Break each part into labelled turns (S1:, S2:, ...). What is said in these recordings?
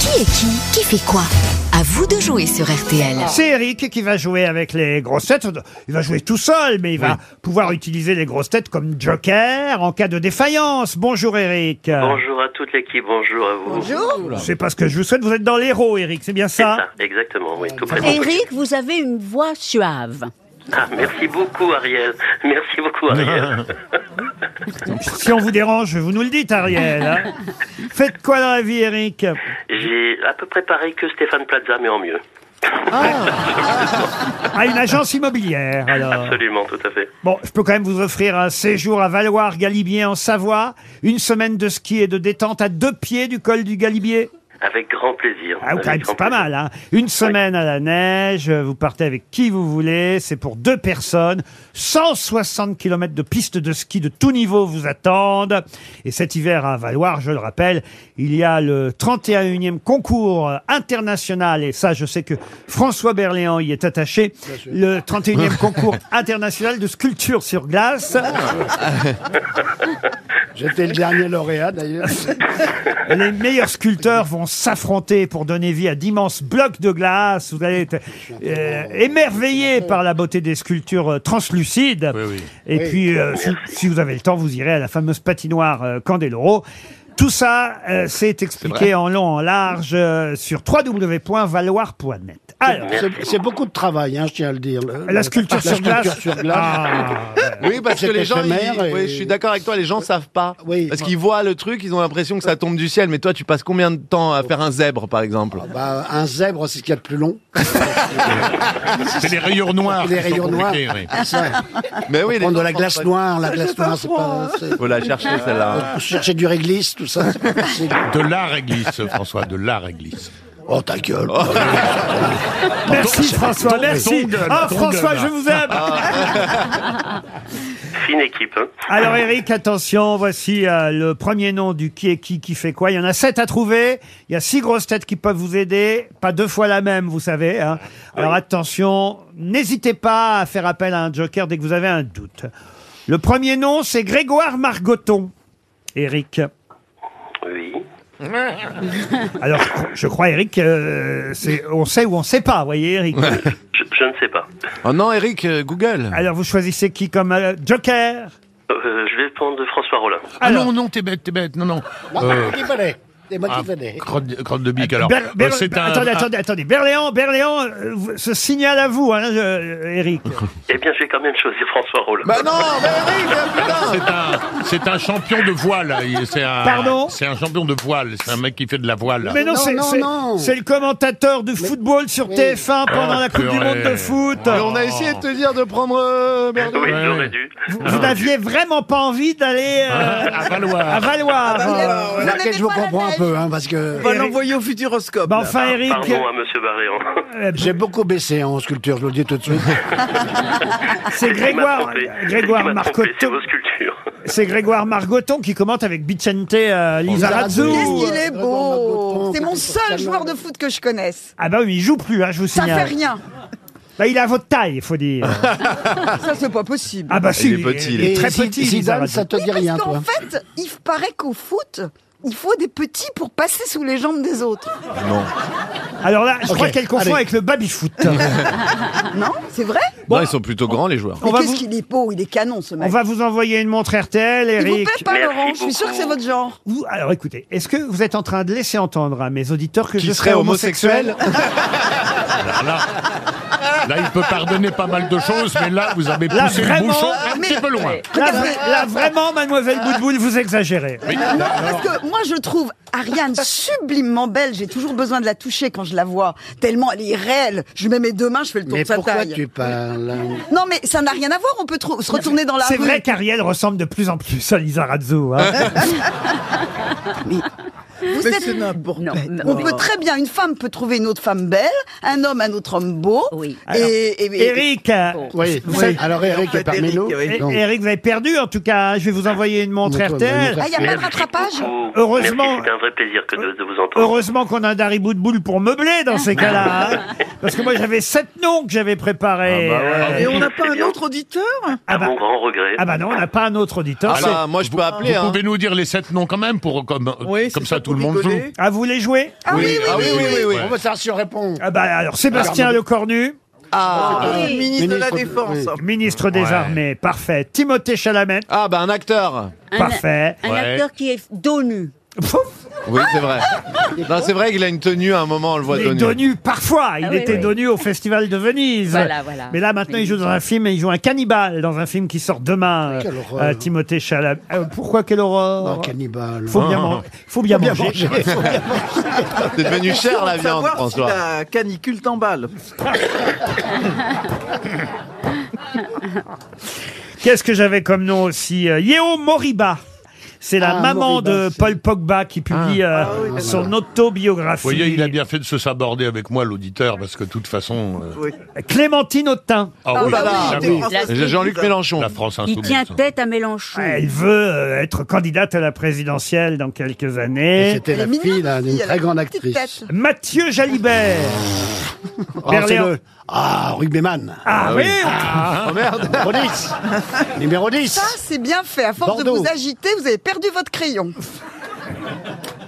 S1: Qui est qui Qui fait quoi À vous de jouer sur RTL.
S2: C'est Eric qui va jouer avec les grosses têtes. Il va jouer tout seul, mais il va pouvoir utiliser les grosses têtes comme joker en cas de défaillance. Bonjour Eric.
S3: Bonjour à toute l'équipe, bonjour à vous.
S2: C'est parce que je vous souhaite, vous êtes dans l'héros, Eric, c'est bien
S3: C'est
S2: ça
S3: ça, Ah, exactement, oui, tout près de mon
S4: Eric, vous avez une voix suave.
S3: pote. Ah, merci beaucoup, Ariel. Merci beaucoup, Ariel.
S2: Si on vous dérange, vous nous le dites, Ariel. hein. Faites quoi dans la vie, Eric
S3: J'ai à peu près pareil que Stéphane Plaza, mais en mieux.
S2: À Ah, une agence immobilière, alors.
S3: Absolument, tout à fait.
S2: Bon, je peux quand même vous offrir un séjour à Valoir-Galibier en Savoie, une semaine de ski et de détente à deux pieds du col du Galibier.
S3: Avec grand plaisir.
S2: Ah,
S3: Avec
S2: quand même,
S3: grand
S2: c'est pas
S3: plaisir.
S2: mal. Hein. Une semaine à la neige, euh, vous partez avec qui vous voulez, c'est pour deux personnes. 160 km de pistes de ski de tous niveaux vous attendent. Et cet hiver à Valoir, je le rappelle, il y a le 31e concours euh, international, et ça je sais que François Berléand y est attaché, le 31e concours international de sculpture sur glace.
S5: J'étais le dernier lauréat d'ailleurs.
S2: Les meilleurs sculpteurs vont s'affronter pour donner vie à d'immenses blocs de glace. Vous allez être euh, émerveillés par la beauté des sculptures euh, translucides. Et puis, euh, si, si vous avez le temps, vous irez à la fameuse patinoire euh, Candeloro. Tout ça, euh, c'est expliqué en long, en large euh, sur www.valoir.net. Alors,
S5: C'est- C'est beaucoup de travail, hein, je tiens à le dire. Le-
S2: la sculpture sur glace.
S5: sculpture sur glace.
S2: Ah.
S6: Oui, parce que
S5: C'est
S6: les gens, ils-
S5: éphémère et-
S6: oui, je suis d'accord avec toi, les gens savent pas.
S5: Oui.
S6: Parce qu'ils voient le truc, ils ont l'impression que ça tombe du ciel. Mais toi, tu passes combien de temps à faire un zèbre, par exemple
S5: Bah, un zèbre, c'est ce qu'il y a de plus long.
S7: C'est les rayures noires.
S5: Les
S7: qui sont
S5: rayures noirs.
S7: compliquées, oui.
S5: Ça,
S6: Mais oui, les
S5: prendre de
S6: gens
S5: la
S6: pensent
S5: glace
S6: pas-
S5: noire, la glace noire, c'est pas. c'est-
S6: Faut la chercher, celle-là.
S5: Faut Chercher du réglisse, tout ça, c'est pas possible.
S7: De la réglisse, François, de la réglisse.
S5: Oh ta gueule.
S2: Merci François,
S7: ton-
S2: merci.
S7: ton gueule,
S2: Ah
S7: ton
S2: François,
S7: gueule.
S2: je vous aime.
S3: Fine équipe. hein.
S2: Alors Eric, attention, voici euh, le premier nom du qui est qui qui fait quoi. Il y en a sept à trouver. Il y a six grosses têtes qui peuvent vous aider. Pas deux fois la même, vous savez. hein. Alors attention, n'hésitez pas à faire appel à un joker dès que vous avez un doute. Le premier nom, c'est Grégoire Margoton. Eric.
S3: Oui.
S2: Alors, je crois- je crois, Eric, euh, c'est- on sait ou on sait pas, voyez, Eric.
S3: Je, je ne sais pas.
S6: Oh non, Eric, euh, Google.
S2: Alors, vous choisissez qui comme euh, joker
S3: Euh, je vais prendre de François Rollin.
S7: Ah
S2: Alors-
S7: non, non, t'es bête, t'es bête. Non, non. Euh,
S5: Qui venait C'est moi
S7: ah,
S5: qui venais.
S7: crotte, de- crotte de bique, alors.
S2: Ber- Ber-
S7: Euh, c'est un-
S2: attendez,
S7: un-
S2: attendez, attendez. Berléand, Berléand euh, vous- se signale à vous, hein, euh, Eric.
S3: Eh bien, je vais quand même choisir François Rollin.
S6: Bah non, mais Eric, mais putain
S7: C'est un, c'est un champion de voile. Il- C'est un,
S2: Pardon
S7: C'est un champion de voile. C'est un mec qui fait de la voile.
S2: Mais non,
S5: Non,
S2: c'est-
S5: non,
S2: c'est
S5: non.
S2: c'est le commentateur de football sur TF1 pendant
S7: Ah,
S2: la Coupe du
S7: purée.
S2: Monde de foot.
S6: Mais on a essayé de te dire de prendre euh, Bernard.
S3: oui,
S7: ouais.
S3: j'aurais dû.
S2: Vous n'aviez vraiment pas envie d'aller euh,
S7: à Valois.
S2: à Valoir. euh.
S5: Dans laquelle je vous comprends un peu, hein, parce que
S6: On va l'envoyer au Futuroscope.
S2: Bah, enfin, Eric,
S3: Pardon à Monsieur Barréan.
S5: j'ai beaucoup baissé en sculpture, je vous le dis tout de suite.
S2: c'est
S3: Il m'a
S2: Grégoire,
S3: trompé. Il
S2: Grégoire
S3: m'a trompé, C'est
S2: Margoton,
S3: vos sculptures.
S2: c'est Grégoire Margoton qui commente avec Bicente euh, Lizarazu.
S8: Qu'est-ce qu'il est
S5: euh, Grégoire
S8: beau
S5: Margoton,
S8: C'est mon
S5: Patrice
S8: seul
S5: Talon.
S8: joueur de foot que je connaisse.
S2: Ah bah oui, il joue plus, hein, je vous
S8: Ça fait
S2: signale.
S8: rien.
S2: Bah, il est à votre taille, il faut dire.
S8: Ça, c'est pas possible.
S2: Ah bah si,
S6: Il est petit, il
S2: il est
S5: Et
S2: très
S5: Zid-
S2: petit.
S5: Zidane,
S2: Lizarazu.
S5: ça te dit rien,
S8: Parce qu'en
S5: toi.
S8: fait, il paraît qu'au foot, il faut des petits pour passer sous les jambes des autres.
S2: Alors là, je crois
S5: Ok,
S2: qu'elle confond
S5: allez.
S2: avec le baby-foot.
S8: Non C'est vrai
S6: Non, ils sont plutôt grands, les joueurs.
S2: On
S8: Mais
S2: va
S8: qu'est-ce
S2: vous-
S8: qu'il est beau, il est canon ce
S2: On
S8: mec.
S2: va vous envoyer une montre RTL,
S8: Il vous
S2: Eric.
S8: plaît pas,
S3: Merci
S8: Laurent Je suis sûr que
S3: beaucoup.
S8: c'est votre genre.
S2: Vous- alors écoutez, est-ce que vous êtes en train de laisser entendre à mes auditeurs que
S6: Qui
S2: je
S6: serait
S2: serais
S6: homosexuel
S7: Là, là, il peut pardonner pas mal de choses, mais là, vous avez poussé
S2: Là,
S7: le
S2: vraiment,
S7: bouchon un
S8: mais-
S7: petit peu loin.
S2: Là, vra- là, vraiment, mademoiselle Boutboul, vous exagérez.
S8: Non, parce que moi je trouve Ariane sublimement belle. J'ai toujours besoin de la toucher quand je la vois. Tellement elle est réelle. Je mets mes deux mains, je fais le tour
S5: Mais
S8: de sa
S5: pourquoi
S8: taille.
S5: tu parles hein
S8: Non, mais ça n'a rien à voir. On peut trop- se retourner dans la
S2: C'est
S8: rue.
S2: vrai qu'Ariel ressemble de plus en plus à Lisa Razzo. hein.
S8: Vous êtes-
S4: Non, non,
S8: On
S4: mais-
S8: peut très bien, une femme peut trouver une autre femme belle, un homme un autre homme beau.
S4: Oui.
S8: Et, et- et-
S2: Eric, euh,
S5: Oui,
S2: Vous savez-
S5: alors Eric est parmi nous.
S2: eh,
S5: Non.
S2: Eric, vous avez perdu en tout cas. hein. Je vais vous envoyer une montre
S5: Montre-
S2: RTL.
S5: montre-
S8: Ah, il n'y a pas de
S3: Merci
S8: rattrapage
S3: beaucoup.
S2: Heureusement-
S3: Merci, C'était un vrai plaisir que de, de vous entendre.
S2: Heureusement qu'on a Dari Boutboul pour meubler dans ces cas-là. hein. Parce que moi, j'avais sept noms que j'avais préparés.
S6: Ah bah ouais.
S2: Euh,
S9: Et on n'a pas
S3: C'est
S9: un
S3: bien.
S9: autre auditeur
S2: ah bah-
S3: Mon grand regret.
S2: ah bah non, on n'a pas un autre auditeur.
S6: Ah bah, moi, je peux appeler.
S7: Vous
S6: hein.
S7: pouvez nous dire les sept noms quand même pour comme,
S9: Oui,
S7: comme
S9: c'est
S7: ça
S9: ça,
S7: tout tout le monde joue.
S2: Ah, vous voulez jouer
S8: Ah oui, oui,
S6: Ah oui, oui, oui, oui.
S5: On va savoir si on répond.
S2: Ah bah alors, Sébastien Lecornu,
S6: Ah,
S7: Ah,
S9: Ministre de la
S5: Ministre de-
S9: Défense.
S5: oui.
S2: ministre des
S7: Ouais.
S2: Armées, parfait. Timothée Chalamet,
S6: Ah, bah un acteur.
S4: Un-
S2: parfait.
S4: Un
S7: Ouais.
S4: acteur qui est dos nu.
S2: Pouf,
S6: Oui, c'est vrai. Non, c'est vrai qu'il a une tenue à un moment, on le voit
S2: il est
S6: tenue.
S2: donu parfois, il
S4: Ah oui,
S2: était
S4: oui.
S2: donu au Festival de Venise.
S4: Voilà, voilà.
S2: Mais là maintenant il joue dans un film et il joue un cannibale dans un film qui sort demain.
S5: Quelle
S2: euh,
S5: horreur.
S2: euh, Timothée Chalamet. Euh, pourquoi quelle
S5: Oh,
S2: horreur
S5: cannibale.
S2: Faut bien, man- faut bien manger.
S6: C'est devenu cher la
S9: Faut
S6: viande,
S9: savoir si
S6: Ah, François.
S9: la canicule t'emballe.
S2: Qu'est-ce que j'avais comme nom aussi Euh, Yeo Moriba. C'est la
S5: Ah,
S2: maman
S5: Moriba,
S2: de
S5: c'est-
S2: Paul Pogba qui publie euh, son autobiographie.
S7: Vous voyez, il a bien fait de se saborder avec moi, l'auditeur, parce que de toute façon. euh,
S9: Oui.
S2: Clémentine Autain.
S7: ah
S9: Oh
S7: oui,
S8: bah
S9: là là,
S7: d'accord.
S9: t'es François
S4: La-
S6: Jean-Luc
S9: Strauss.
S6: Mélenchon.
S7: La France
S4: Il
S7: insoumise.
S4: tient tête à Mélenchon.
S2: Elle veut euh, être candidate à la présidentielle dans quelques années.
S5: C'était la
S8: Elle est mignonne,
S5: fille là, d'une
S8: elle a
S5: très grande
S8: une petite
S5: actrice.
S2: Mathieu Jalibert.
S5: Ah,
S2: Berléand.
S5: c'est le- Ah, rugbyman.
S2: Ah, oui, on-
S6: Oh merde
S5: Numéro 10. Numéro 10.
S8: Ça, c'est bien fait. À force de
S5: Bordeaux.
S8: vous agiter, vous avez perdu votre crayon.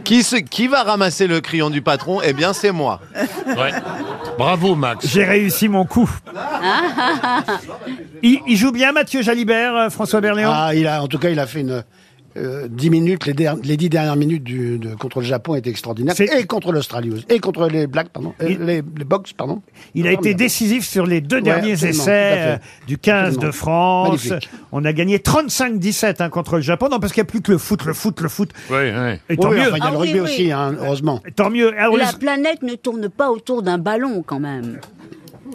S6: qui, se- qui va ramasser le crayon du patron Eh bien, c'est moi.
S7: Ouais. Bravo, Max.
S2: j'ai réussi mon coup. il, il joue bien Mathieu Jalibert, euh, François Berléand
S5: Ah, il a, en tout cas, il a fait une. euh, 10 minutes, les, der- les 10 dernières minutes du, de, contre le Japon étaient extraordinaires.
S2: C'est-
S5: Et contre l'Australie aussi. Et contre les Blacks, pardon. euh,
S2: Il-
S5: Les, les Box, pardon.
S2: Il a été décisif sur les deux derniers
S5: Ah, absolument,
S2: essais
S5: tout à fait.
S2: euh, du 15 de
S5: Absolument.
S2: France.
S5: Magnifique.
S2: On a gagné 35-17 hein, contre le Japon. Non, parce qu'il n'y a plus que le foot, le foot, le foot.
S7: Oui, oui.
S2: Et
S5: Oui,
S2: tant
S5: oui,
S2: mieux.
S5: enfin, il y a
S4: Ah
S5: le
S4: oui,
S5: rugby
S4: oui.
S5: aussi, hein, heureusement.
S2: Tant mieux. Ah, on
S4: La
S2: les-
S4: planète ne tourne pas autour d'un ballon quand même.
S7: Euh.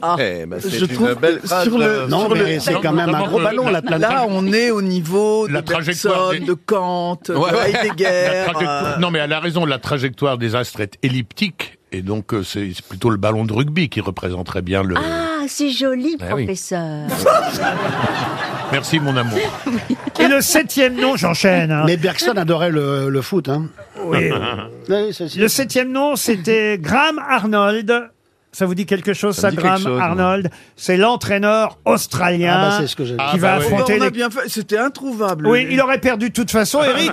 S8: Ah.
S6: Eh ben, c'est
S9: Je
S6: une
S9: trouve
S6: belle
S9: que
S6: phrase.
S9: sur le-
S6: euh,
S5: Non,
S9: Sur
S5: mais
S9: le-
S5: c'est quand
S7: Non,
S5: même un
S7: non,
S5: gros
S7: euh,
S5: ballon, la planète.
S9: Là, on est au niveau de
S7: La trajectoire
S9: Bergson,
S7: des-
S9: de Kant,
S6: Ouais, ouais.
S9: de
S8: Euh,
S9: Heidegger.
S7: La trajectoire- Non, mais elle a raison, la trajectoire des astres est elliptique, et donc euh, c'est c'est plutôt le ballon de rugby qui représenterait bien le.
S4: Ah, c'est joli,
S7: Ah oui.
S4: professeur.
S7: Merci, mon amour.
S2: Et le septième nom, j'enchaîne. hein.
S5: Mais Bergson adorait le, le foot. Hein.
S2: Oui.
S5: Oui, c'est-
S2: Le septième nom, c'était Graham Arnold. Ça vous dit quelque chose, ça,
S6: me dit quelque
S2: Graham
S6: chose, moi.
S2: Arnold C'est l'entraîneur australien
S5: Ah bah, c'est ce que j'ai
S7: Ah,
S2: qui va
S7: bah oui.
S9: Bon,
S2: affronter
S9: on a
S2: les...
S9: bien fait. C'était introuvable.
S2: Oui, il aurait perdu de toute façon, Eric.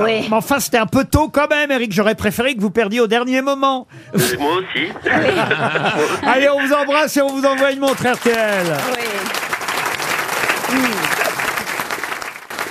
S4: Oui.
S2: Mais enfin, c'était un peu tôt quand même, Eric. J'aurais préféré que vous perdiez au dernier moment.
S3: Moi aussi.
S2: Allez, on vous embrasse et on vous envoie une montre RTL.
S4: oui.